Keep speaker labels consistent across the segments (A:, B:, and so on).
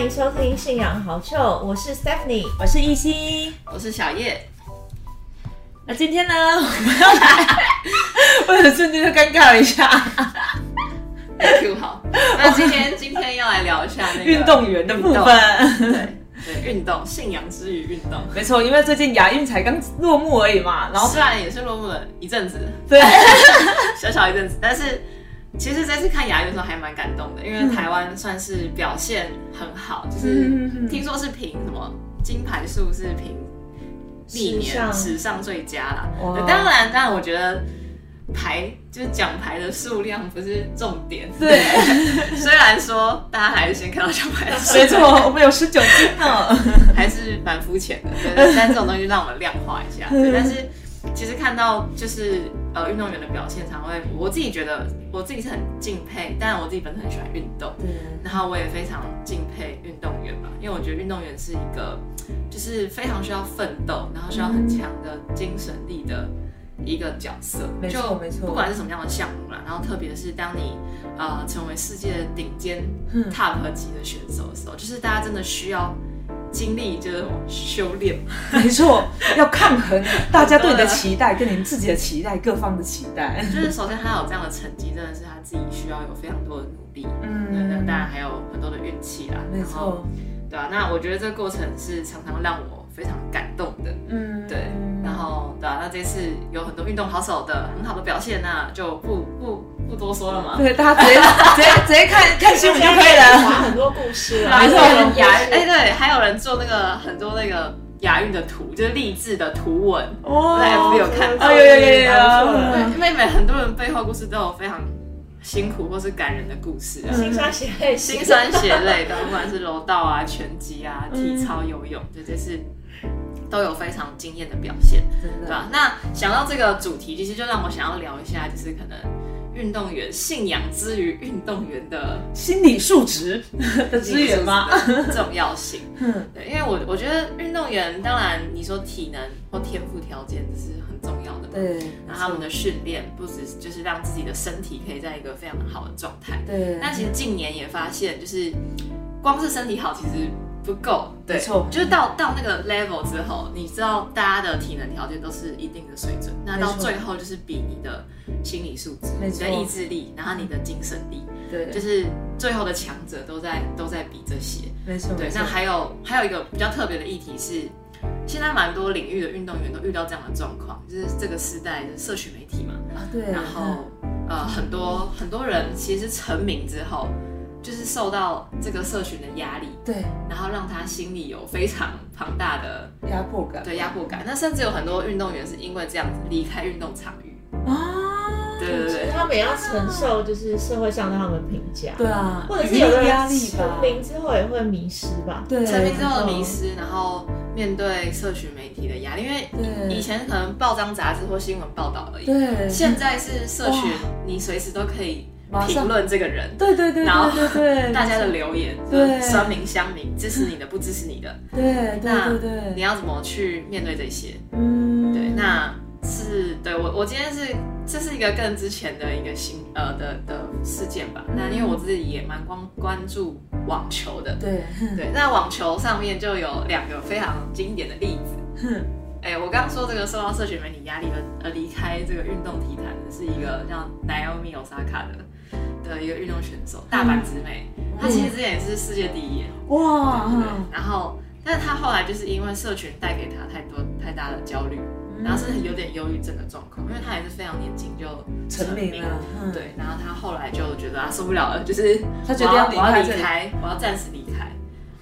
A: 迎收听《信仰好臭》，我是 Stephanie。
B: 我是依稀。
C: 我是小叶，
B: 那今天呢，我们要来， 我很瞬间就尴尬了一下，
C: 没 Q 好。那今天今天要来聊一下那个
B: 运动员的部
C: 啊运动
B: 分。
C: 对对，运动，信仰之于运动。
B: 没错，因为最近亚运才刚落幕而已嘛，然
C: 然后
B: 后
C: 虽然也是落幕了一阵子，
B: 对，
C: 小小一阵子，但是其实这次看亚运的时候还蛮感动的，因为台湾算是表现很好，就是
B: 嗯嗯嗯嗯
C: 听说是评什么金牌数是评历
A: 史上
C: 年史上最佳啦。
B: 哇
C: 对当然，当然我觉得牌就是奖牌的数量不是重点，
B: 对，
C: 虽然说大家还是先看到奖牌的数
B: 没
C: 量，
B: 错，我们有十九斤呢。
C: 还是蛮肤浅的，对对但这种东西让我们量化一下。对，但是其实看到就是呃运动员的表现，常会我自己觉得我自己是很敬佩，但我自己本身很喜欢运动，然后我也非常敬佩运动员吧，因为我觉得运动员是一个就是非常需要奋斗，然后需要很强的精神力的一个角色。
B: 没错
C: 就
B: 没错
C: 不管是什么样的项目啦，然后特别是当你呃成为世界的顶尖
B: 嗯
C: top 级的选手的时候，就是大家真的需要经历就是修炼。
B: 没错，要抗衡大家对你的期待，跟你自己的期待，各方的期待。
C: 就是首先他有这样的成绩，真的是他自己需要有非常多的努力。对，那
B: 嗯
C: 当然还有很多的运气啦。
B: 没
C: 然后
B: 错，
C: 对啊，那我觉得这个过程是常常让我非常感动的。
B: 嗯，
C: 对，然后对啊，那这次有很多运动好手的很好的表现、那就不不不多说了嘛。
B: 对，大家直接直接直接看看新闻就可以
A: 哇
B: 了。
A: 很多故事 啊，
C: 还
B: 没
C: 有
B: 错
C: 人
A: 很多
C: 亚
A: 故事
C: 哎、对，还有人做那个很多那个亚运的图，就是励志的图文。
B: 哦
C: 在 FB 有看到
B: 哎呦呦呦呦
A: 蛮不错
C: 对
A: 的
B: 呦！，
C: 因为每很多人背后故事都有非常辛苦或是感人的故事
B: 嗯
C: 啊，
A: 心酸血泪史
C: 辛酸血泪的，不管是柔道啊、拳击啊、
B: 嗯
C: 体操、游泳，这些是都有非常惊艳的表现，
B: 真
C: 对
B: 的，
C: 吧？那想到这个主题，其实就让我想要聊一下，就是可能运动员信仰之于运动员的
B: 心理素质的资源吗？
C: 重要性。
B: 嗯，
C: 对，因为我我觉得运动员，当然你说体能或天赋条件这是很重要的嘛，
B: 对，
C: 那他们的训练不只是就是让自己的身体可以在一个非常好的状态。
B: 对，
C: 那其实近年也发现，就是光是身体好其实不够，
B: 没错
C: 就是到到那个 level 之后，你知道大家的体能条件都是一定的水准，那到
B: 没错
C: 最后就是比你的心理素质、
B: 没
C: 你
B: 错
C: 的意志力，然后你的精神力，
B: 对，
C: 就是最后的强者都在都在比这些。
B: 没错，
C: 对，
B: 没错
C: 那还有还有一个比较特别的议题是，现在蛮多领域的运动员都遇到这样的状况，就是这个时代的社群媒体嘛，
B: 啊对，
C: 然后呃很多很多人其实成名之后，就是受到这个社群的压力，
B: 对
C: 然后让他心里有非常庞大的
B: 压迫感
C: 对压迫感。那甚至有很多运动员是因为这样子离开运动场域。
B: 啊，
C: 对对对，
A: 他们也要承受就是社会上对他们的评价，
B: 对啊，
A: 或者是有
B: 舆
A: 的
B: 论压
A: 人
B: 力
A: 成
B: 吧，
A: 名之后也会迷失吧。
B: 对，
C: 成名之后的迷失，然后面对社群媒体的压力，因为
B: 对
C: 以前可能报章杂志或新闻报道而已，
B: 对，
C: 现在是社群
B: 哇，
C: 你随时都可以
B: 马上
C: 评论这个人，
B: 对对对
C: 然后
B: 对对对，
C: 大家的留言，
B: 对
C: 酸民、乡民，支持你的、不支持你的，
B: 对对
C: 那
B: 对
C: 你
B: 对，
C: 要怎么去面对这些？
B: 嗯，
C: 对，那是对我，我今天是这是一个更之前的一个新呃的的事件吧。那因为我自己也蛮关关注网球的，
B: 对，
C: 对，那网球上面就有两个非常经典的例子。哎、我刚刚说这个受到社群媒体压力的呃离开这个运动体坛的是一个叫 Naomi Osaka 的的一个运动选手，大阪直美，
B: 嗯
C: 她其实之前也是世界第一耶，
B: 哇，嗯
C: 对，然后但是她后来就是因为社群带给她太多太大的焦虑，然后是有点忧郁症的状况，因为她也是非常年轻就
B: 成名了，嗯，
C: 对，然后他后来就觉得啊受不了了，就是
B: 他觉得要离
C: 我要
B: 开
C: 离
B: 这里
C: 开，我要暂时离开。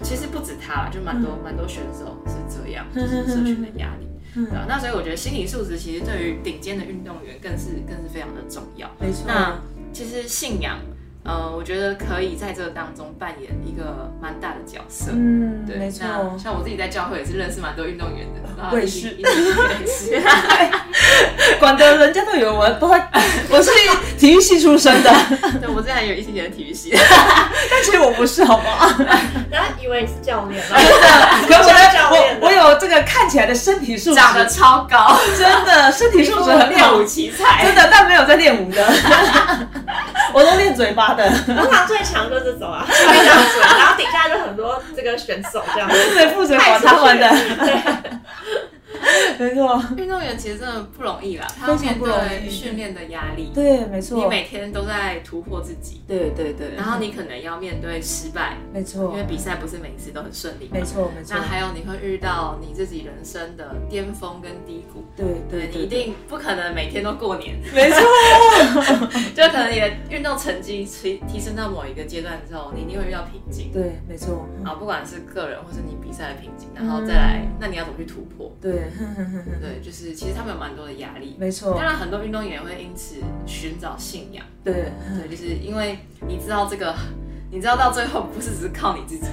C: 其实不止他啦，就蛮多蛮、多选手是这样，就
B: 嗯
C: 是社群的压力。
B: 嗯
C: 对啊、那所以我觉得心理素质其实对于顶尖的运动员更是更是非常的重要。
B: 没错，
C: 那其实信仰，呃，我觉得可以在这当中扮演一个蛮大的角色。
B: 嗯，
C: 对，
B: 没错，
C: 那像我自己在教会也是认识蛮多运动员的，然后
B: 我也
C: 一起
B: 是
C: 一起认识。
B: 管得人家都以为我都在，我是体育系出身的，
C: 对，我之前有一点点体育系，
B: 但其实我不是，好不好？
A: 然后以为你是教练，
B: 可是我
A: 真的教练
B: 我我有这个看看起来的身体素质
C: 长得超高，
B: 真的身体素质很
C: 练
B: 好
C: 武，奇才，
B: 真的，但没有在练 舞的，我都练嘴巴的，
A: 通常最强就是这种啊，非常准，然后底下就很多这个选手这样子。
B: 对，负责管他们的，没错，
C: 运动员其实真的不容易啦，他
B: 非
C: 要
B: 常
C: 面
B: 不容易
C: 对训练的压力，
B: 对，没错，
C: 你每天都在突破自己，
B: 对对对，
C: 然后你可能要面对失败，
B: 没
C: 因
B: 错
C: 为，比赛不是每一次都很顺利嘛
B: 没。错没错
C: 那，还有你会遇到你自己人生的巅峰跟低谷，
B: 对对
C: 对你一
B: 对，
C: 定不可能每天都过年，
B: 没错，
C: 就可能你的运动成绩提提升到某一个阶段之后，你一定会遇到瓶颈
B: 对没 错，
C: 啊，不管是个人或是你比赛的瓶颈，然
B: 嗯
C: 后再来，那你要怎么去突破？
B: 对，
C: 对，就是其实他们有蛮多的压力，
B: 没 错
C: 当，然很多运动员会因此寻找信仰，
B: 对
C: 对，就是因为你知道这个，你知道到最后不是只是靠你自己，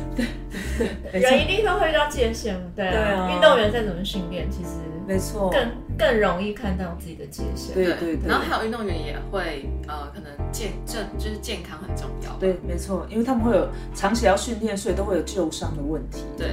B: 没
A: 人
B: 错
A: 一定都会遇到界限，对
B: 对
A: 啊。
B: 啊
A: 运动员再怎么训练，其实
B: 没错，
A: 更更容易看到自己的界限。
B: 对对对
C: 然后还有运动员也会呃，可能健正就是健康很重要，
B: 对没错，因为他们会有长期要训练，所以都会有旧伤的问题，
C: 对，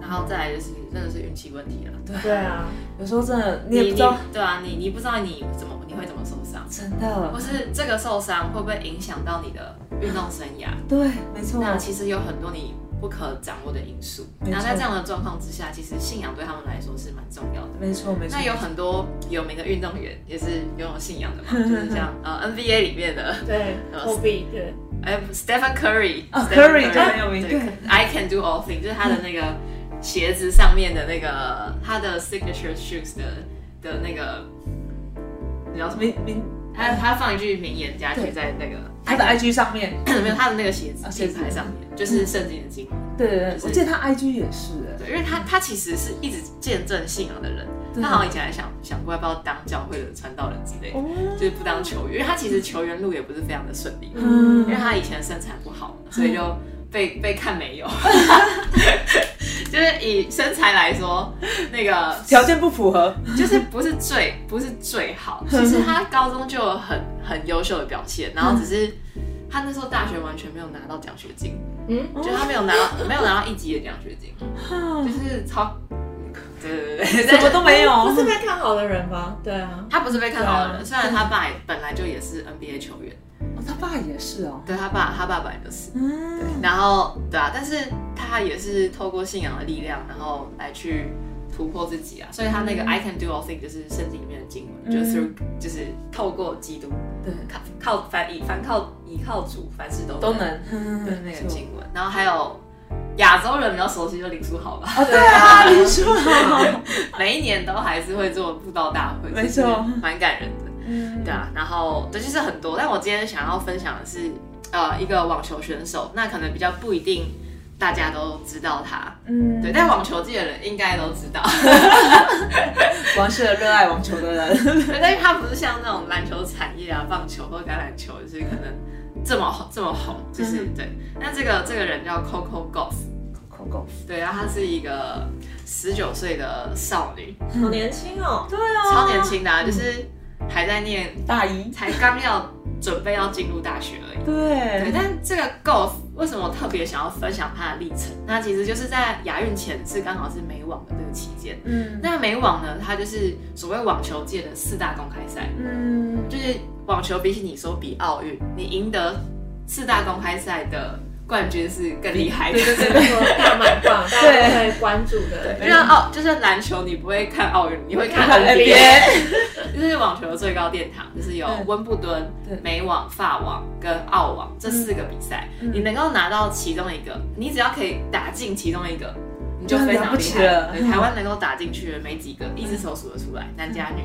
C: 然后再来就是真的是运气问题了，对，
A: 对啊，
B: 有时候真的你
C: 你
B: 也不知道，
C: 对啊，你你不知道你怎么你会怎么受伤，
B: 真
C: 或
B: 的，
C: 是这个受伤会不会影响到你的运动生涯？
B: 对，没错，
C: 那其实有很多你不可掌握的因素。
B: 嗯没错
C: 那在这样的状况之下，其实信仰对他们来说是蛮重要的。
B: 没错没错
C: 那，有很多有名的运动员也是拥有信仰的 嘛，就是像呃 NBA 里面的
A: 对，投币对，
C: 哎 Stephen Curry，
B: 啊
C: Stephen
B: Curry，他很有名
C: 对
B: 对
C: ，I can do all things，就是他的那个鞋子上面的那个他的 signature shoes 的的那个，你知道什么？
B: 明明
C: 他他放一句名言佳句
B: 对
C: 在那个
B: 他的 IG 上面，
C: 没有他的那个鞋子
B: 啊鞋
C: 品
B: 子
C: 牌上面，就是圣经的经文。
B: 对对对，
C: 就是
B: 我记得他 IG 也是，哎
C: 对，因为他他其实是一直见证信仰的人，
B: 对啊
C: 他好像以前还想想过要不要当教会的传道人之类的，
B: 哦
C: 就是不当球员，因为他其实球员路也不是非常的顺利，
B: 嗯
C: 因为他以前身材不好，所以就被被看 没有，就是以身材来说，那个
B: 条件不符合，
C: 就是不是最不是最好，其实他高中就有很很优秀的表现，然后只是他那时候大学完全没有拿到奖学金，
A: 嗯，
C: 就他没有拿到没有拿到一级的奖学 金。
B: 啊
C: 就是超，对对对
B: 什
C: 对，
B: 么都没
A: 不是
B: 有，
A: 被看好的人吧？对啊，
C: 他不是被看好的
A: 对啊
C: 人，虽然他爸也本来就也是 NBA 球员，
B: 哦他爸也是哦，
C: 对他爸他爸本来就是，
B: 嗯，
C: 然后对啊，但是他也是透过信仰的力量，然后来去突破自己啊，所以他
B: 嗯
C: 那个 I can do all things 就是圣经里面的经文，就是 through 就是透过基督
B: 对，
C: 靠靠凡以凡靠倚靠主，凡事都
B: 都能，
C: 对
B: 嗯
C: 那个
B: 没错
C: 经文，然后还有亚洲人比较熟悉就林书豪吧，
B: 啊，对啊，林书 豪，
C: 啊每一年都还是会做布道大会，
B: 没错
C: 其实蛮感人的。
B: 嗯
C: 对啊，然后对，就是很多。但我今天想要分享的是，呃，一个网球选手，那可能比较不一定大家都知道他，
B: 嗯，
C: 对，但网球界的人应该都知道，
B: 王室的热爱网球的 人，
C: 对但是他不是像那种篮球产业啊、棒球或橄榄球，就是可能这么红这么红，
B: 嗯
C: 就是对。那这个这个人叫 Coco Golf，
B: 狗狗，
C: 对，然后她是一个十九岁的少女，
A: 好年轻哦，
B: 嗯对啊，
C: 超年，轻的、啊，就是还在念
B: 大一，
C: 才刚要准备要进入大学而已。
A: 嗯
B: 对，
C: 对，但这个 golf 为什么我特别想要分享它的历程？那其实就是在亚运前是刚好是美网的这个期间。
B: 嗯
C: 那美网呢，它就是所谓网球界的四大公开赛，
B: 嗯，
C: 就是网球比起你说比奥运，你赢得四大公开赛的冠军是更厉害的。
A: 对对对，没错大满贯，大家都会关注 的。
C: 就像奥，就像篮球，你不会看奥运，你会看
A: 看
C: NBA。
B: NBA，
C: 就是网球的最高殿堂，就是有
A: 嗯
B: 对
C: 温布顿
B: 对、
C: 美网、法网跟澳网这四个比赛，
B: 嗯
C: 你能够拿到其中一个，你只要可以打进其中一个，你就
B: 那
C: 非
B: 了
C: 常
B: 不
C: 厉
B: 起
C: 害
B: 了
C: 对，
B: 嗯
C: 台湾能够打进去的没几个，一只手数得出来，男加女。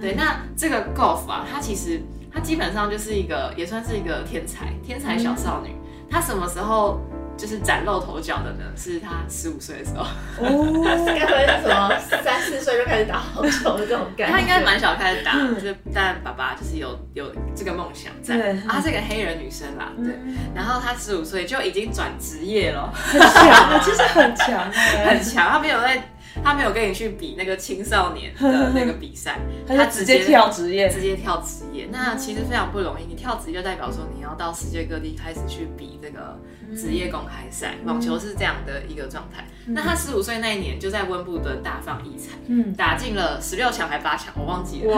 C: 对，
B: 嗯
C: 那这个 golf 啊，它其实它基本上就是一个，也算是一个天才，天才小少女。
B: 嗯
C: 她什么时候就是崭露头角的呢？是她十五岁的时候。
B: 哦，
A: 该不会是什么三四岁就开始打网球的这种感觉？
C: 他应该蛮小开始打，
B: 嗯
C: 就是但爸爸就是有有这个梦想在
B: 对。嗯
C: 啊，她是个黑人女生啦，对。然后她十五岁就已经转职业了，
B: 很强啊，其实很强
C: 很
B: 哎，
C: 强。她没有在，她没有跟你去比那个青少年的那个比赛，
B: 他就直接跳职业，
C: 直接跳职业。那其实非常不容易，你跳职业就代表说你要到世界各地开始去比这个职业公开赛，网球是这样的一个状态。那他十五岁那一年就在温布顿大放异彩，
B: 嗯，
C: 打进了十六强还八强，我忘记了，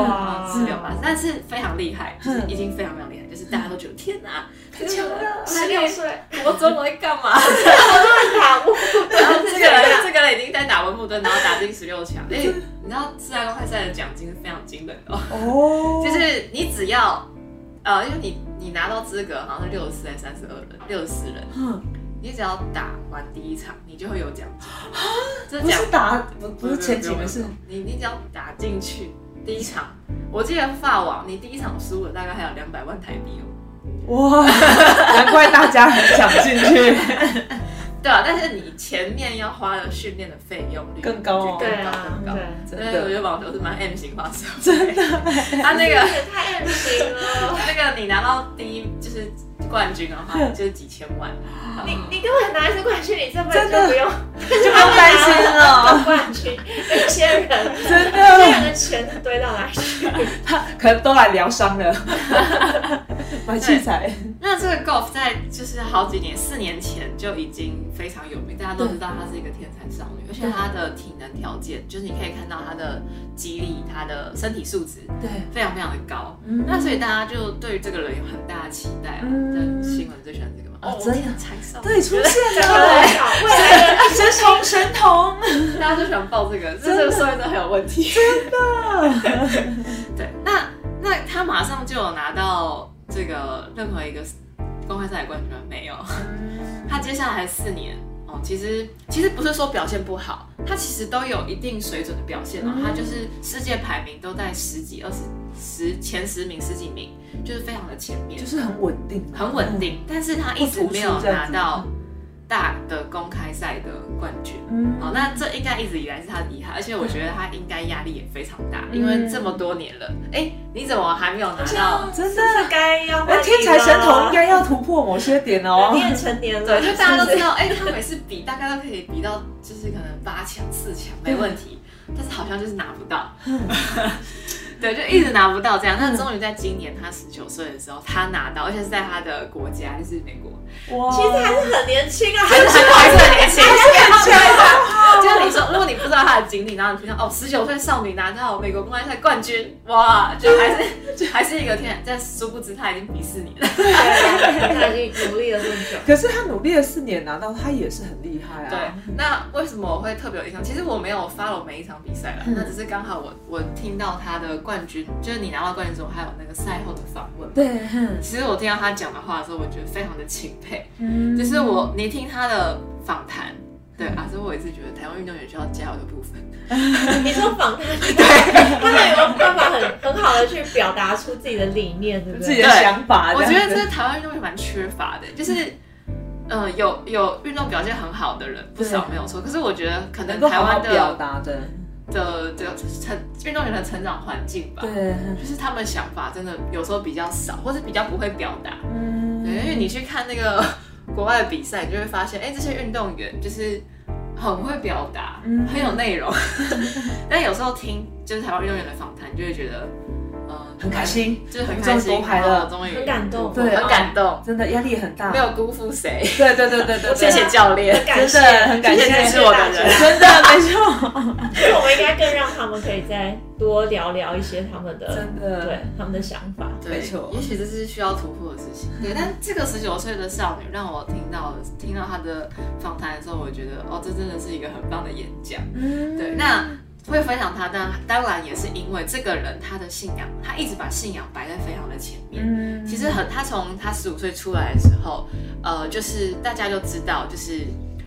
A: 哇
C: 十六八，但是非常厉害，就是已经非常非常厉害，就是大家都觉得天 哪，太强了，
A: 十六岁，
C: 我中我在干嘛？
A: 打我
C: 然后这个人，这个人已经在打温布顿，然后打进十六强。哎，你知道世界公开赛的奖金是非常惊人的、哦，
B: 哦，
C: 就是你只要，呃，因为你你拿到资格好像是六十四还三十二人，六十四人，
B: 嗯，
C: 你只要打完第一场，你就会有奖金。这
B: 啊不
C: 奖
B: 是打，不不是前几
C: 不
B: 名
C: 不
B: 是
C: 不你你只要打进去第一场，我记得法网你第一场输了大概还有两百万台币哦。
B: 哇， 难怪大家很想进 去，
C: 对啊，但是你前面要花的训练的费用率
B: 更高哦
C: 就
A: 对
C: 更高
A: 啊
C: 更，高。
A: 对，
B: 真
C: 所以我觉
B: 的，
C: 得网球是蛮 M 型化社
B: 真
C: 会，
B: 的，
C: 他那个
A: 这也太任性了。
C: 那个你拿到第一就是冠军的话，就是几千万。
A: 你你根本拿一次冠军，你这辈
B: 真
A: 子
B: 的
A: 就不用
B: 就不用担心了，
A: 冠军。有些人，
B: 真
A: 有些
B: 的，
A: 人的钱是堆到哪去？
B: 他可能都来疗伤 了，买器材，
C: 那这个 golf 在就是好几年，四年前就已经非常有名，大家都知道她是一个天才少女，而且她的体能条件，就是你可以看到她的肌力、她的身体素质
B: 对，
C: 非常非常的高。
B: 嗯
C: 那所以大家就对于这个人有很大的期待啊！
B: 嗯
C: 这新闻最喜欢这个嘛，
B: 哦
C: 哦，
B: 真的
C: 天才少女，
B: 对出现
A: 整
B: 了
A: 个。人小未来的
B: 神童，神童，
C: 大家就喜欢报这个，这
B: 真的
C: 这个社会真的很有问题。 对，那那他马上就有拿到这个任何一个公开赛的冠军吗没有？ 他接下来四年哦，其实其实不是说表现不好，他其实都有一定水准的表现了、
B: 嗯
C: 他就是世界排名都在十几、二十、十前十名、十几名，就是非常的前面，
B: 就是很稳定，
C: 很稳定、但是他一直没有
B: 不突出这样
C: 拿
B: 子
C: 到大的公开赛的冠军。
B: 嗯。
C: 哦，那这应该一直以来是他的遗憾，而且我觉得他应该压力也非常大，因为这么多年了，哎、你怎么还没有拿到？
B: 真的，
A: 是该要换
B: 哎，
A: 一个
B: 天才神童应该要突破某些点哦
A: 你。也成年了，
C: 对，就大家都知
A: 是
C: 道，哎、他每次比大概都可以比到，就是可能八强、四强没问题，但是好像就是拿不到， 对，就一直拿不到这样。那终于在今年他十九岁的时候，他拿到，而且是在他的国家，就是美国，
B: 哇，
A: 其实还是很年轻啊，还
C: 还是
A: 是
C: 还是很年轻。
B: 很强，
C: 就是你说，如果你不知道他的经历，然后你听到哦，十九岁少女拿到美国公开赛冠军，哇，就还是 就还是一个天，但殊不知他已经比四年了。
A: 他已经努力了这么久。
C: 啊
B: 可是他努力了四年拿啊到，他也是很厉害啊。
C: 对，那为什么我会特别有印象？其实我没有 follow 每一场比赛啦，那只是刚好我我听到他的冠军，就是你拿到冠军之后，还有那个赛后的访问。
B: 对，哼
C: 其实我听到他讲的话的时候，我觉得非常的钦佩。
B: 嗯，
C: 就是我，你听他的访谈，对啊，所以我也是觉得台湾运动员需要加油的部分。
A: 你说访谈，对，他们有没有办法很很好的去表达出自己的理念，对不
B: 自己
A: 对？
B: 的想法。
C: 我觉
B: 样
C: 得
B: 子
C: 这台湾运动员蛮缺乏的，就是。呃，有有运动表现很好的人不少，没有错。可是我觉得可能
B: 能够
C: 台
B: 好好
C: 湾
B: 表
C: 的
B: 达的，
C: 的的成运动员的成长环境吧，
B: 对，
C: 就是他们想法真的有时候比较少，或是比较不会表达。
B: 嗯，
C: 对，因为你去看那个国外的比赛，你就会发现，哎、这些运动员就是很会表达，
B: 嗯
C: 很有内 容。 但有时候听就是台湾运动员的访谈，你就会觉得，嗯、
B: 很开，心，
C: 就是很开
B: 终于
C: 心，
B: 夺牌
C: 哦
B: 了
C: 终于
A: 很感动
B: 对
C: 很感动，
B: 真的压力也很大
C: 没。有辜负谁。
B: 对对对对对，对
C: 谢谢教练
A: 很，感谢
B: 真的很感谢
A: 谢
C: 是我的人
B: 真的没错，
A: 所以我们应该更让他们可以再多聊聊一些他们的，
B: 真的
A: 对他们的想法。
C: 对
B: 没错
C: 也许这是需要突破的事情。对，但这个十九岁的少女让我听到听到她的访谈的时候，我觉得哦，这真的是一个很棒的演讲。
B: 嗯
C: 对，那会分享她，当当然也是因为这个人他的信仰，他一直把信仰摆在非常的前面。
B: 嗯
C: 其实很，他从他十五岁出来的时候，呃，就是大家就知道，就是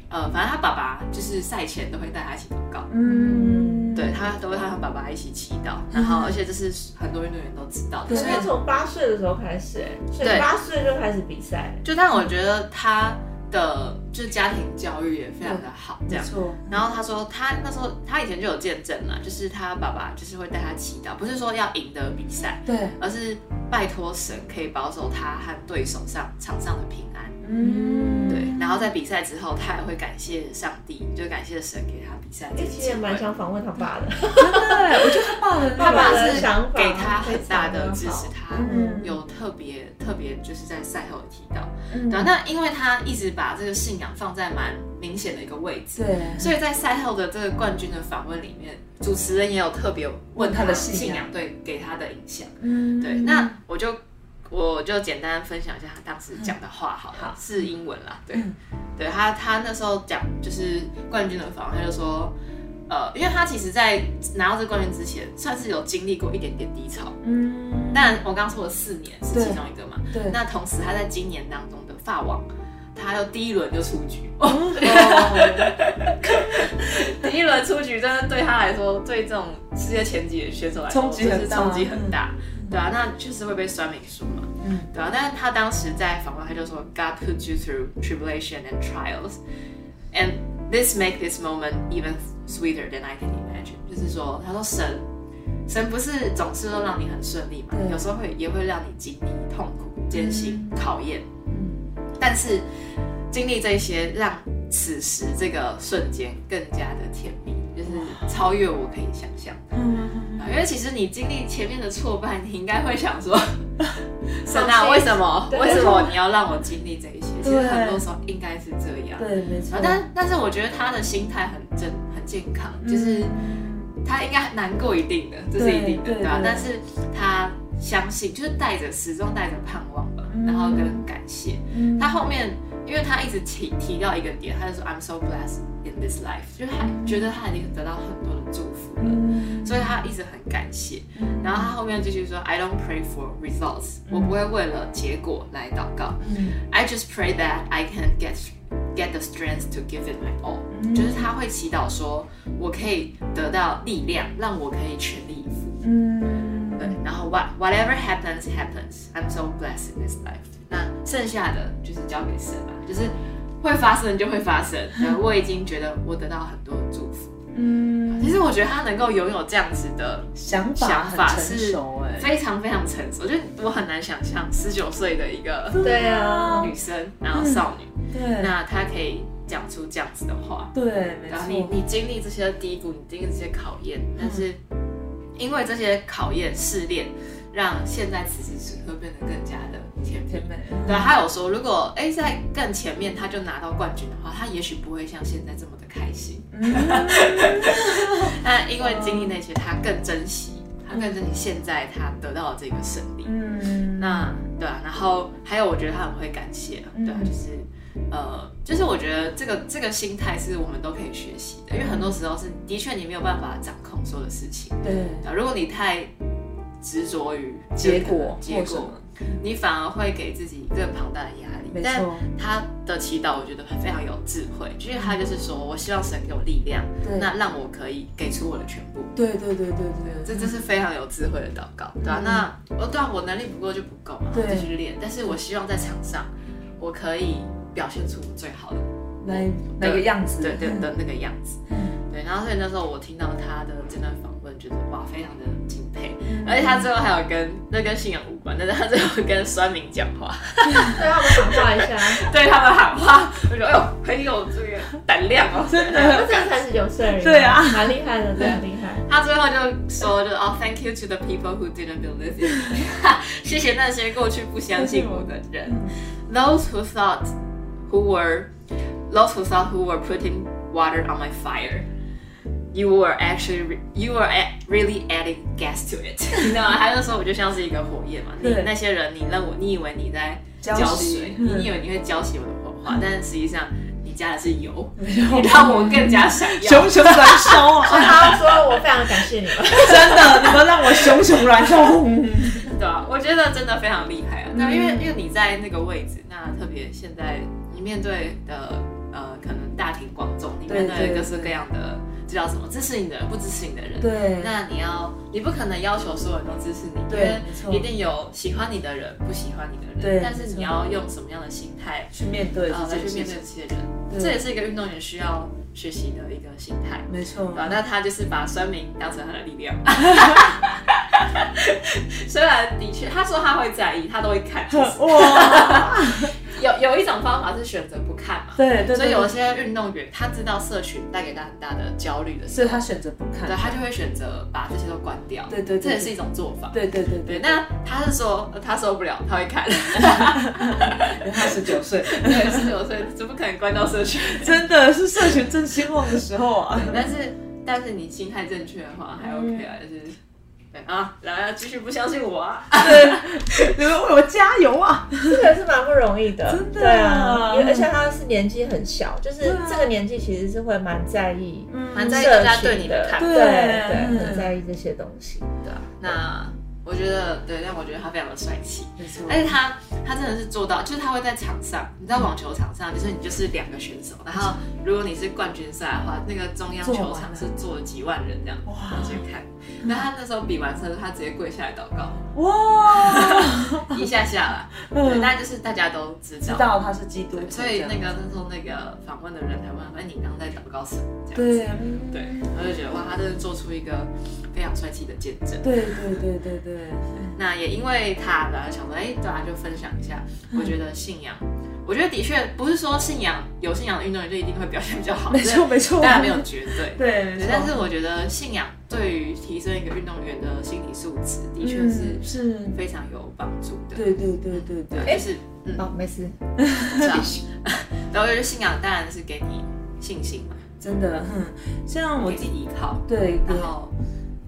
C: 呃，反正他爸爸就是赛前都会带他一起祷告。
B: 嗯
C: 对他都会和他爸爸一起祈祷，然
A: 嗯
C: 后而且这是很多运动员都知道的，
A: 可是
C: 所以
A: 他从八岁的时候开始，哎，所以
C: 对
A: 八岁就开始比赛，
C: 就但我觉得他的就是家庭教育也非常的好，
B: 没
C: 这样。
B: 错，
C: 然后他说他那时候他以前就有见证啦，就是他爸爸就是会带他祈祷，不是说要赢得比赛，
B: 对，
C: 而是拜托神可以保守他和对手上场上的平安。
B: 嗯
C: 对，然后在比赛之后，他也会感谢上帝，就感谢神给他比赛
A: 哎、
C: 这个
A: 其
C: 机
A: 实也蛮
C: 会。
A: 想访问他爸的，
B: 真的，我觉得他爸 的那
A: 爸爸
B: 个
A: 的
C: 是
A: 想法
C: 给他很大的支持，他
B: 嗯
C: 有特别特别就是在赛后有提到，
B: 嗯
C: 对啊、那因为他一直把这个信仰放在蛮明显的一个位置，
B: 对，
C: 所以在赛后的这个冠军的访问里面，主持人也有特别问
B: 他
C: 他
B: 的
C: 的
B: 信
C: 信
B: 仰
C: 仰对给他的影响。
B: 嗯
C: 对，那我就我就简单分享一下他当时讲的话好了，是英文啦，对，
B: 嗯
C: 对他他那时候讲就是冠军的访问，他就说。呃，因为他其实，在拿到这个冠军之前，算是有经历过一点点低潮。
B: 嗯，
C: 但我刚说了四年是
B: 对
C: 其中一个嘛，
B: 对，
C: 那同时他在今年当中的法网，他又第一轮就出局，
B: 어.哦
C: 第一轮出局真的对他来说，对这种世界前几的选手来说，
B: 冲击很大
C: 就是冲击很大，对啊，那确实会被酸民说嘛，
B: 嗯
C: 嗯，对啊，但是他当时在访问他就说，God put you through tribulation and trials, and this make this moment even sweeter than I can imagine，就是说，他说神，神不是总是都让你很顺利嘛，
B: 对
C: 有时候会也会让你经历痛苦、艰辛、考验，
B: 嗯
C: 但是经历这些，让此时这个瞬间更加的甜蜜，就是超越我可以想象的。
B: 嗯
C: 啊因为其实你经历前面的挫败，你应该会想说，神
A: 放
C: 啊，
A: 弃
C: 为什么？
A: 对
C: 为什么你要让我经历这一些？其实
B: 对
C: 很多时候应该是这样。
B: 对，没错
C: 啊，，但但是我觉得他的心态很正，很健康，
B: 음.嗯
C: 就是他应该难过一定的，这是一定的，
B: 对对
C: 对吧、
B: 对
C: 但是他相信，就是带着始终带着盼望吧
B: 嗯，
C: 然后跟感谢。
B: 嗯
C: 他后面，因为他一直提提到一个点，他就说 I'm so blessed in this life，就是他觉得他已经得到很多的祝福了，
B: 嗯
C: 所以他一直很感谢。
B: 嗯
C: 然后他后面继续说 I don't pray for results，我不会为了结果来祷告，I
B: 음.
C: just pray that I can get get the strength to give it my all，
B: 嗯
C: 就是他会祈祷说，我可以得到力量，让我可以全力以赴。
B: 嗯
C: 对，然后 what whatever happens happens. I'm so blessed in this life. 那剩下的就是交给神吧，就是会发生就会 发生。然后我已经觉得我得到很多祝福。
B: 嗯，
C: 其实我觉得他能够拥有这样子的
B: 想法
C: 想
B: 很
C: 法
B: 成
C: 是
B: 熟哎，
C: 非常非常成熟，就是我很难想象十九岁的一个
A: 对啊，
C: 女生，然
B: 嗯
C: 后少女，
B: 对
C: 那她可以讲出这样子的话。
B: 对，没
C: 然后你
B: 错，
C: 你经历这些低谷，你经历这些考验，但是
B: 嗯
C: 因为这些考验试炼，让现在此时此刻变得更加的甜蜜。
B: 甜美，
C: 对，啊他有说，如果哎在更前面他就拿到冠军的话，他也许不会像现在这么的开心。
B: 嗯
C: 但因为经历那些，他更珍惜，他更珍惜现在他得到的这个胜利。
B: 嗯，
C: 那对啊，然后还有我觉得他很会感谢啊，对啊，
B: 嗯
C: 就是呃，就是我觉得这个这个心态是我们都可以学习的，因为很多时候是的确你没有办法掌控所有的事情，
B: 对
C: 对啊如果你太执着于
B: 结果
C: 结
B: 或什
C: 果
B: 么，
C: 你反而会给自己更庞大的压力。
B: 没
C: 但
B: 错，
C: 他的祈祷我觉得非常有智慧，就是他就是说我希望神给我力量，
B: 对
C: 那让我可以给出我的全部。
B: 对对对对对，
C: 这这是非常有智慧的祷告，对啊，
B: 嗯
C: 那我对啊，我能力不够就不够嘛，
B: 对
C: 我继续练。但是我希望在场上，我可以表现出我最好的，
B: 那那个样子，
C: 对对的那个样子。
B: 嗯
C: 对，然后所以那时候我听到他的这段访问，觉得哇，非常的敬佩。
B: 嗯
C: 而且他最后还有跟那跟信仰无关，但是他最后跟酸民讲话，
A: 对他们喊话一下，
C: 对他们喊话，我觉得哎呦很有这个胆量哦，真的。
A: 那这才十九岁而已，
B: 对啊
A: 蛮厉害的，对，很厉害。
C: 他最后就说，就哦，Thank you to the people who didn't believe in me，谢 谢那些过去不相信我的人，those
B: 嗯
C: who thought who were those who thought who were putting water on my fire。You were actually, you were a- really adding gas to it。你 知道吗？他就说，我就像是一个火焰嘛。你
B: 对
C: 那些人，你认我，你以为你在
B: 浇
C: 浇
B: 水
C: 水，
B: 嗯
C: 你以为你会浇熄我的火花，但是实际上你加的是 油，你让我更加闪 耀。
B: 熊熊燃烧
A: 所以
B: 啊！
A: 他说我非常感谢你们，
B: 真的，你们让我熊熊燃烧。嗯
C: 对啊，我觉得真的非常厉害啊。
B: 嗯
C: 那、因为因为你在那个位置，那特别现在你面对的呃，可能大庭广众，你面
B: 对
C: 对
B: 对
C: 各式各样的，这叫什么？支持你的人，不支持你的 人。
B: 对，
C: 那你要，你不可能要求所有人都支持你，因
B: 对
C: 为
B: 没错
C: 一定有喜欢你的人，不喜欢你的人。
B: 对
C: 但是
B: 没错
C: 你要用什么样的心态，
B: 去面对
C: 然后
B: 这
C: 来
B: 件
C: 啊去
B: 事
C: 面对
B: 情
C: 这，些人？
B: 对
C: 这也是一个运动员需要学习的一个心态。
B: 没错
C: 对，啊吧？那他就是把酸民当成他的力量。 虽然的确，他说他会在意，他都会看。其实
B: 哇，
C: 有有一种方法是选择不看嘛，
B: 对对
C: 所以
B: 对，
C: 有些运动员他知道社群带给他很大的焦虑的
B: 所
C: 时
B: 以
C: 候，
B: 他选择不看
C: 对，他就会选择把这些都关掉。
B: 对对对
C: 这也是一种做法。
B: 对对对对，
C: 对，那他是说呃他受不了，他 会看。
B: 他十九岁，
C: 对，十九岁怎么可能关掉社群？
B: 真的是社群正兴旺的时候 啊。
C: 但是但是你心态正确的话，还 OK 啊，就是
B: 嗯
C: 对啊，来啊，继续不相信我啊。
B: 你们为我加油啊！
A: 这个是蛮不容易的，
B: 真的
A: 对啊，因为而且他是年纪很小，就是
B: 对啊
A: 这个年纪其实是会蛮在意
B: 嗯
C: 蛮
A: 社
C: 在意
A: 群
C: 大家对你的看法
A: 对
B: 对
A: 对，
B: 嗯
A: 很在意这些东西。
C: 对啊，那我觉得对，但我觉得他非常的帅气。
B: 没错
C: 而且他他真的是做到，就是他会在场上，你知道网球场上就是你就是两个选手，然后如果你是冠军赛的话，那个中央球场是坐了几万人这样
B: 哇
C: 去看。那他那时候比完赛，他直接跪下来祷告，
B: 哇，
C: 一下下啦。 对，
B: 嗯，
C: 但就是大家都知
B: 知
C: 道。
B: 道他是基督徒，
C: 对所
B: 这
C: 以
B: 样
C: 那个那时候那个访问的人还问他，哎，你刚刚在祷告什么？这样子
B: 对嗯
C: 对，我就觉得哇，他真的做出一个非常帅气的见证。
B: 对对对对对，
C: 那也因为他，然后想说，哎、对啊，就分享一下。
B: 嗯
C: 我觉得信仰，我觉得的确不是说信仰有信仰的运动员就一定会表现比较 好，
B: 没错没错，
C: 当然没有绝对。
B: 对，没
C: 对
B: 错
C: 但是我觉得信仰对于提升一个运动员的心理素质，的确
B: 嗯
C: 是
B: 是，
C: 非常有帮助的。
B: 对对对对对，
C: 对，就是嗯，
A: 哦，没事，
C: 是啊。 然后我觉得信仰当然是给你信心嘛，
B: 真的，嗯，像我
C: 给你依靠。
B: 对
C: 然
B: 对
C: 后，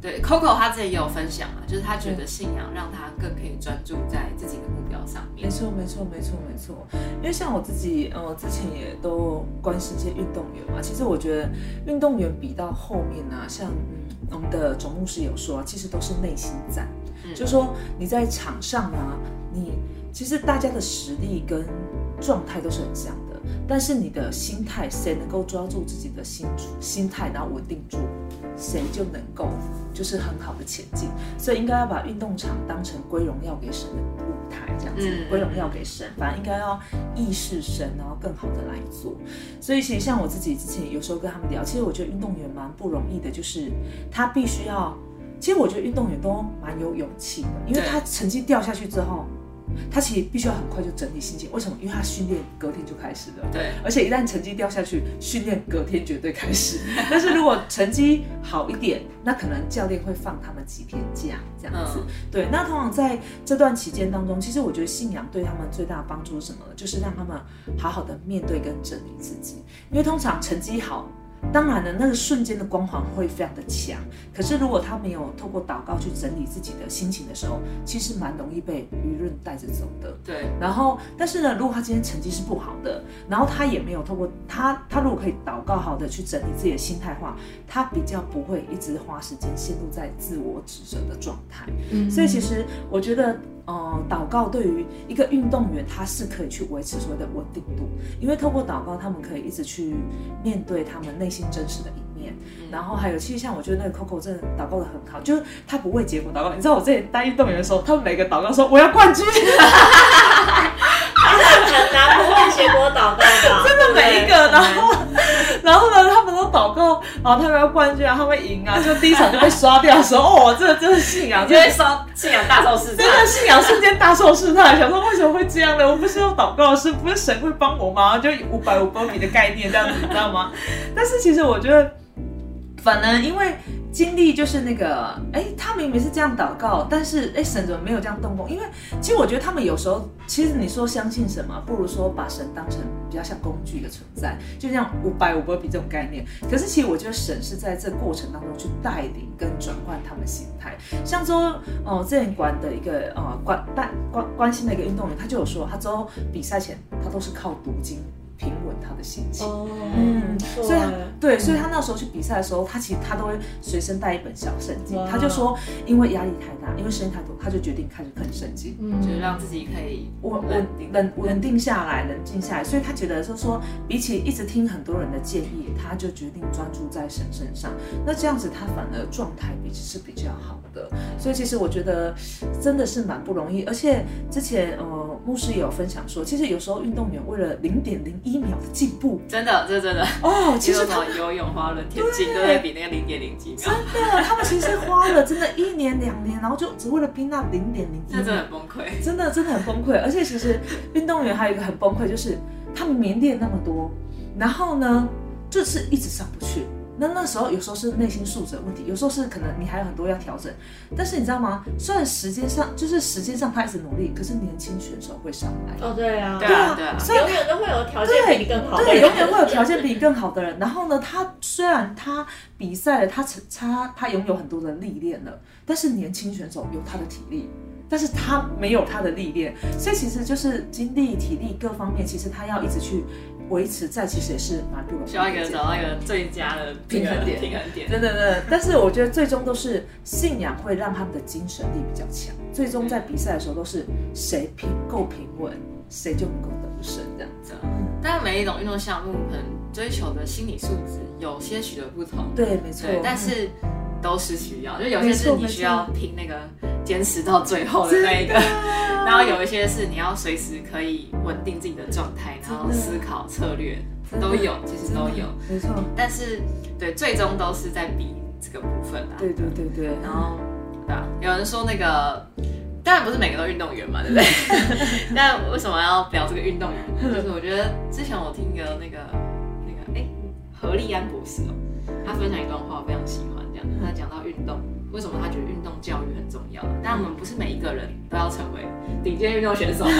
C: 对 Coco 他自己也有分享嘛，啊就是他觉得信仰让他更可以专注在自己的目标上面
B: 没。错，没错，没错，没错。因为像我自己，呃，我之前也都关心一些运动员嘛。其实我觉得运动员比到后面呢、啊，像嗯我们的总牧师有说、啊，其实都是内心战，
C: 嗯
B: 就是说你在场上呢、啊，你其实大家的实力跟状态都是很像的，但是你的心态，谁能够抓住自己的心心态，然后稳定住，谁就能够就是很好的前进。所以应该要把运动场当成归荣耀给神的舞台，这样子
C: 嗯
B: 归荣耀给神，反正应该要意识神，然后更好的来做。所以其实像我自己之前有时候跟他们聊，其实我觉得运动员蛮不容易的，就是他必须要，其实我觉得运动员都蛮有勇气的，因为
C: 对
B: 他成绩掉下去之后。他其实必须要很快就整理心情，为什么？因为他训练隔天就开始了，
C: 对，
B: 而且一旦成绩掉下去，训练隔天绝对开始。但是如果成绩好一点，那可能教练会放他们几天假这样子。
C: 嗯
B: 对，那通常在这段期间当中，其实我觉得信仰对他们最大的帮助是什么呢？就是让他们好好的面对跟整理自己，因为通常成绩好。当然了，那个瞬间的光环会非常的强。可是如果他没有透过祷告去整理自己的心情的时候，其实蛮容易被舆论带着走的。
C: 对，
B: 然后，但是呢，如果他今天成绩是不好的，然后他也没有透过他，他如果可以祷告好的去整理自己的心态的话，他比较不会一直花时间陷入在自我指责的状态。
A: 嗯
B: 所以其实我觉得，呃，祷告对于一个运动员，他是可以去维持所谓的稳定度，因为透过祷告，他们可以一直去面对他们内心真实的一面。
C: 嗯
B: 然后还有，其实像我觉得那个 Coco 真的祷告的很好，就是他不为结果祷告。你知道我之前当运动员的时候，他们每个祷告说我要冠军。
A: 很难不为结果祷 告吧？真的
B: 每一个，然后， 然后呢，他们都祷告，然后他们要冠军啊，他们会赢啊，就第一 场就被刷掉的时候，哦，这个真的信仰，
C: 就
B: 真的
C: 会说信仰大 超市，
B: 真的信仰瞬间大受试探，想说为什么会这样呢？我不是要祷告的是，不是神会帮我吗？就五百五波比的概念这样子，你知道吗？ 但是其实我觉得，反而因为经历就是那个，哎、他明明是这样祷告，但是哎、神怎么没有这样动工？因为其实我觉得他们有时候，其实你说相信什么，不如说把神当成比较像工具的存在，就像五百五波比这种概念。可是其实我觉得神是在这过程当中去带领跟转换他们心态。像周呃之前管的一个呃关但关关心的一个运动员，他就有说，他之后比赛前他都是靠读经平稳他的心情。
A: 哦，
B: 嗯
A: 嗯，
B: 所以他对，所以他那时候去比赛的时候，他其实他都会随身带一本小圣经
A: 哇。
B: 他就说，因为压力太大，因为时间太多，他就决定开始啃圣经。
C: 就是
A: 嗯，
C: 让自己可以
B: 我
C: 稳
B: 我
C: 定
B: 冷稳定下来，冷静下来，所以他觉得就是说，比起一直听很多人的建议，他就决定专注在神身上。那这样子，他反而状态比是比较好的。所以其实我觉得真的是蛮不容易，而且之前呃，牧师也有分享说，其实有时候运动员为了零点零一秒的进步，
C: 真的，这真的，
B: 哦，其实
C: 你
B: 他
C: 说
B: 们
C: 什么游泳、滑轮、田径都会比那个零点零几秒，
B: 真的，他们其实花了真的一年两年，然后就只为了拼那零点零
C: 这真
B: 一
C: 的
B: 秒，
C: 很崩溃。
B: 真的真的很崩溃。而且其实运动员还有一个很崩溃，就是他们明练那么多，然后呢，就是一直上不去。那那时候有时候是内心素质的问题，有时候是可能你还有很多要调整。但是你知道吗？虽然时间上就是时间上他一直努力，可是年轻选手会上来。
A: 哦，对啊，
C: 对啊，对啊，
B: 所以
A: 永远都会有条件比你更好的
B: 对，
A: 人，
B: 永远会有条件比你更好的人。然后呢，他虽然他比赛了，他成他他拥有很多的历练了，但是年轻选手有他的体力，但是他没有他的历练，所以其实就是精力、体力各方面，其实他要一直去维持在，其实也是蛮不容易的。
C: 需要一个人找到一个最佳的这
B: 平
C: 个
B: 衡点
C: 平衡点。
B: 真的真的，但是我觉得最终都是信仰会让他们的精神力比较强，最终在比赛的时候都是谁平够平稳，谁就能够得胜这样。
C: 这样但每一种运动项目可能追求的心理素质有些许的不同，
B: 对，没错
C: 对，。但是都是需要，就有些是你需要拼那个坚持到最后的那一个， 然后有一些是你要随时可以稳定自己的状态，然后思考策略
B: 真的
C: 都有，其实都有，
B: 没错，
C: 但是对，最终都是在比这个部分啊啦。
B: 对对对对。
C: 然后对啊，有人说那个。当然不是每个都运动员嘛，对不对？但为什么要聊这个运动员呢？就是我觉得之前我听一个那个那个哎何立安博士哦，他分享一段话，我非常喜欢。这样，他讲到运动，为什么他觉得运动教育很重要？但我们不是每一个人都要成为顶尖运动选手嘛，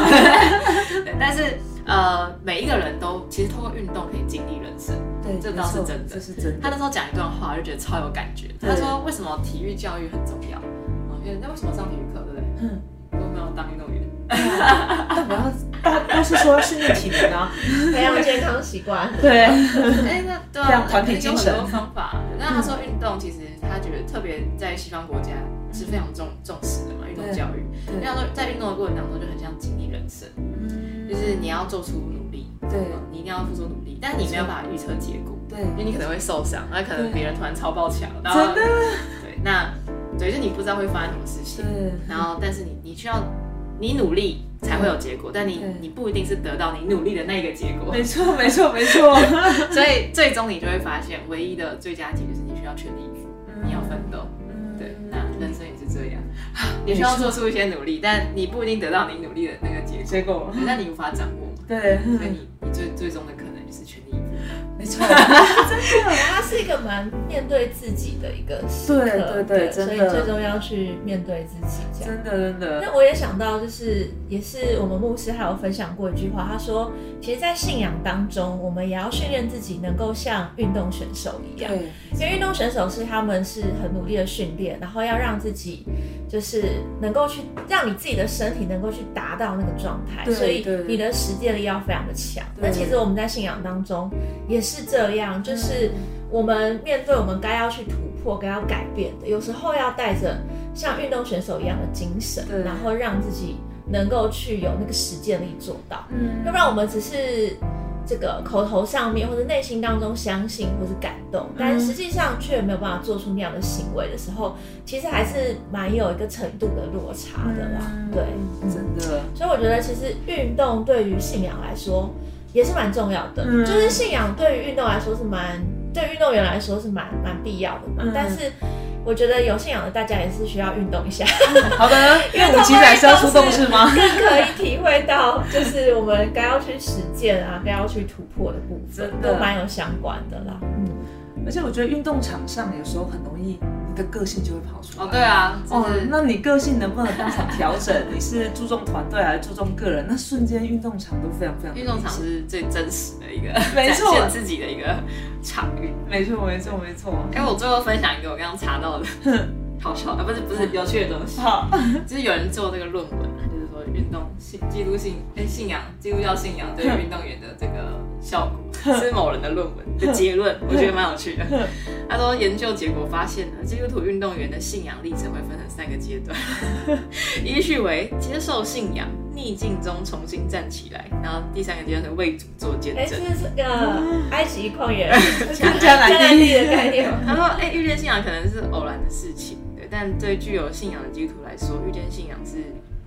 C: 对但是呃，每一个人都其实通过运动可以经历人生。
B: 对，
C: 这倒是
B: 没错
C: 真的
B: 这是真
C: 他
B: 的。
C: 那时候讲一段话，我就觉得超有感觉。
B: 对
C: 他说为什么体育教育很重要？哦，因为那为什么上体育课，对不对？
B: 嗯，
C: 我没有当运动 员，
B: 但不要，大都是说要训练体能啊。
A: 培养健康习惯。
B: 对，
C: 哎，那
B: 这
C: 对啊
B: 样，团体
C: 那
B: 精神嗯
C: 有很多方法。那他说运动其实他觉得特别在西方国家是非常重重视的嘛，运动教育。
B: 对嗯
C: 那他说在运动的过程当中就很像经历人生，就是你要做出努力，哦
B: 对
C: 你一定要付出努力，但你没有办法预测结果，
B: 对
C: 因为你可能会受伤，那可能
B: 对
C: 别人突然超爆强，然后
B: 真的
C: 对，那对，就是你不知道会发生什么事情。
B: 对，
C: 然后但是你你需要你努力才会有结果，但你
B: 对
C: 你不一定是得到你努力的那个结果，
B: 没错没错没错。
C: 所以最终你就会发现，唯一的最佳解就是你需要全力以赴，你要奋斗。
B: 嗯
C: 对，那人生也是这样， 你需要做出一些努力，但你不一定得到你努力的那个结 果，
B: 结果
C: 对但你无法掌握嘛，
B: 对，
C: 所以你你最最终的可能就是全力以赴。
B: 没错，
A: 对，它是一个蛮面对自己的一个时刻
B: 对对对真
A: 所
B: 的
A: 以最终要去面对自己这
B: 真
A: 样。
B: 的真的，
A: 那我也想到，就是也是我们牧师还有分享过一句话，他说，其实，在信仰当中，我们也要训练自己能够像运动选手一样，
B: 对
A: 因为运动选手是他们是很努力的训练，然后要让自己就是能够去让你自己的身体能够去达到那个状态，
B: 对
A: 所以
B: 对
A: 你的实践力要非常的强。
B: 对
A: 那其实我们在信仰当中也是这样，就是我们面对我们该要去突破、该要改变的，有时候要带着像运动选手一样的精神
B: 对，
A: 然后让自己能够去有那个实践力做到。
B: 嗯
A: 要不然我们只是这个口头上面或者内心当中相信或是感动，但实际上却没有办法做出那样的行为的时候，其实还是蛮有一个程度的落差的啦。对，嗯，
B: 真的，
A: 所以我觉得其实运动对于信仰来说也是蛮重要的，
B: 嗯
A: 就是信仰对于运动来说是蛮，对运动员来说是蛮蛮必要的嘛，
B: 嗯
A: 但是。我觉得有信仰的大家也是需要运动一 下，
B: 好的，因为我们其实还是要出动是吗？
A: 更可以体会到，就是我们该要去实践啊，该要去突破的部分
B: 真，的
A: 都蛮有相关的啦。嗯，
B: 而且我觉得运动场上有时候很容易，你的个性就会跑出来。
C: 哦，对啊，就
B: 哦
C: 是，
B: 那你个性能不能当场调整？ 你是注重团队还是注重个人？那瞬间运动场都非常非常
C: 运动场是最真实的一个
B: 没
C: 展
B: 错
C: 现自己的一个场域。
B: 没错没错没错。
C: 哎、我最后分享一个我刚刚查到的 好笑啊，不是不是有趣的东 西，
B: 好，
C: 就是有人做这个论文啊，就是说运动信基督信哎、信仰基督教信仰对于运动员的这个效果，是某人的论文的结论，我觉得蛮有趣的。他说研究结果发现呢，基督徒运动员的信仰历程会分成三个阶段，依序为接受信仰、逆境中重新站起来，然后第三个阶段是为主做见
A: 哎，
C: 证
A: 这。是这个埃及旷 野
B: 跟嗯加兰
A: 地
B: 地
A: 的概念吗。
C: 他说：“哎、遇见信仰可能是偶然的事情，对，但对具有信仰的基督徒来说，遇见信仰是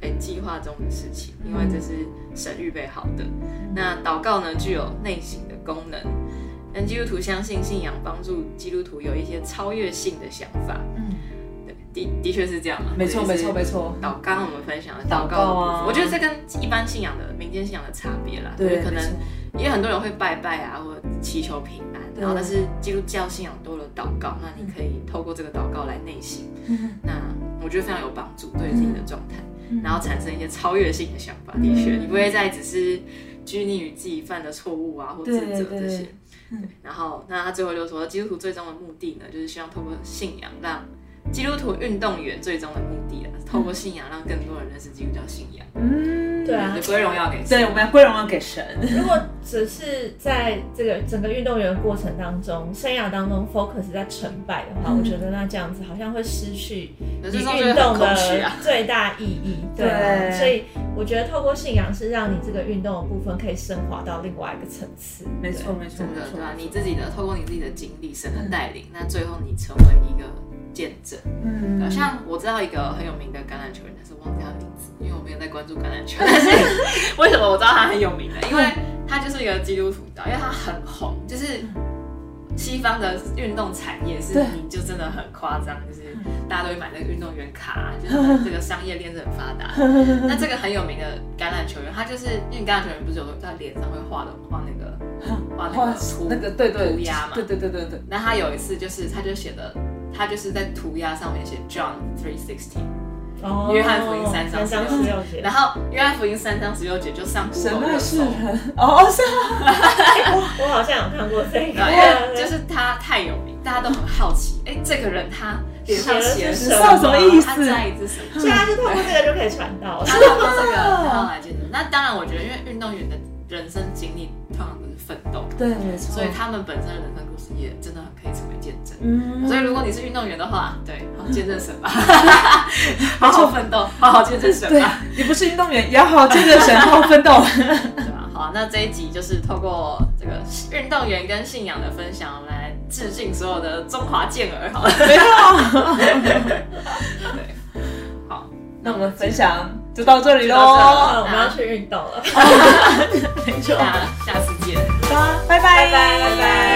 C: 哎计划中的事情，因为这是神预备好的。
B: 嗯
C: 那祷告呢，具有内省的功能。但基督徒相信信仰帮助基督徒有一些超越性的想法，
B: 嗯，
C: 对，的的确是这样嘛。
B: 没错，
C: 这
B: 没
C: 就是
B: 错，没错。
C: 祷刚刚我们分享的
B: 祷告
C: 祷告
B: 啊
C: 的部分，我觉得这跟一般信仰的民间信仰的差别啦，就是
B: 对，
C: 可能
B: 没错
C: 因为很多人会拜拜啊，或者祈求平安，
A: 对
C: 然后但是基督教信仰多了祷告，那你可以透过这个祷告来内省，那我觉得非常有帮助对自己的状态，
B: 嗯
C: 然后产生一些超越性的想法。的确，你不会再只是拘泥于自己犯的错误啊或自责
B: 对对
C: 这些
B: 对。
C: 对，然后那他最后就说，基督徒最终的目的呢，就是希望透过信仰让基督徒运动员最终的目的啊，透过信仰让更多人认识基督教信仰，
B: 嗯，
A: 对啊
C: 就归荣耀给神
B: 对，我们要归荣耀给神。
A: 如果只是在这个整个运动员过程当中、生涯当中 focus 在成败的话，
B: 嗯
A: 我觉得那这样子好像会失去
C: 可
A: 你
C: 是这种就
A: 运
C: 是
A: 动
C: 很空
A: 的
C: 虚啊。
A: 最大意义。对啊，
B: 对
A: 所以我觉得透过信仰是让你这个运动的部分可以升华到另外一个层次。
B: 没错，没错，
C: 真
B: 没
C: 的，
B: 错
C: 对。吧？啊你自己的，透过你自己的经历，神的带领，那最后你成为一个见证。对吧
B: 嗯，
C: 像我知道一个很有名的橄榄球人，但是忘记他的名字，因为我没有在关注橄榄球。 但是
B: 嗯
C: 为什么我知道他很有名呢？因为他就是一个基督徒的，因为他很红，就是
B: 嗯
C: 西方的运动产业是
B: 对，
C: 你就真的很夸张，就是
B: 嗯
C: 大家都会买那个运动员卡，啊就是这个商业链是很发 达的。那这个很有名的橄榄球员，他就是因为橄榄球员不是有时候在脸上会画的画那个 画那
B: 哇
C: 个涂
B: 那个对对
C: 涂鸦嘛
B: 对对对对对，
C: 那他有一次就是，他就写的，他就是在涂鸦上面写 John three sixty，
A: 哦
C: 约翰福音三章
A: 章
C: 十
A: 十
C: 六
A: 六节
C: 然。后约翰福音三章十六节就上 g
B: 神
C: o
B: 爱
C: 热
B: 世
C: 搜，
B: 人哦，是啊
A: 我好像有看过这
C: 对，
A: 个，
C: 因为 就是他太有名，大家都很好奇，哎，这个人他脸上写了
A: 写
C: 什
A: 了
C: 么？
A: 什么
B: 什么意思
C: 他在意是什么？
A: 所以他就透过这个就可以传 到了。
C: 他通过这个然后来见证。那当然，我觉得因为运动员的人生经历通常都是奋斗，
B: 对，没错。
C: 所以他们本身的人生故事也真的很可以成为见证。
B: 嗯，
C: 所以如果你是运动员的话，对，好见证神吧， 好好奋斗，好好见证神
B: 对
C: 吧，
B: 你不是运动员也好，这个神好奋 斗。
C: 对吧？好，啊那这一集就是透过这个运动员跟信仰的分享，我们来致敬所有的中华健儿，好了，
B: 没有，
C: 好，
B: 那我们分享就到这里
C: 就到这
B: 喽，
C: 了
A: 我们要去运动了。
B: 没错，
C: 那下次见。
B: 拜拜
A: 拜拜拜拜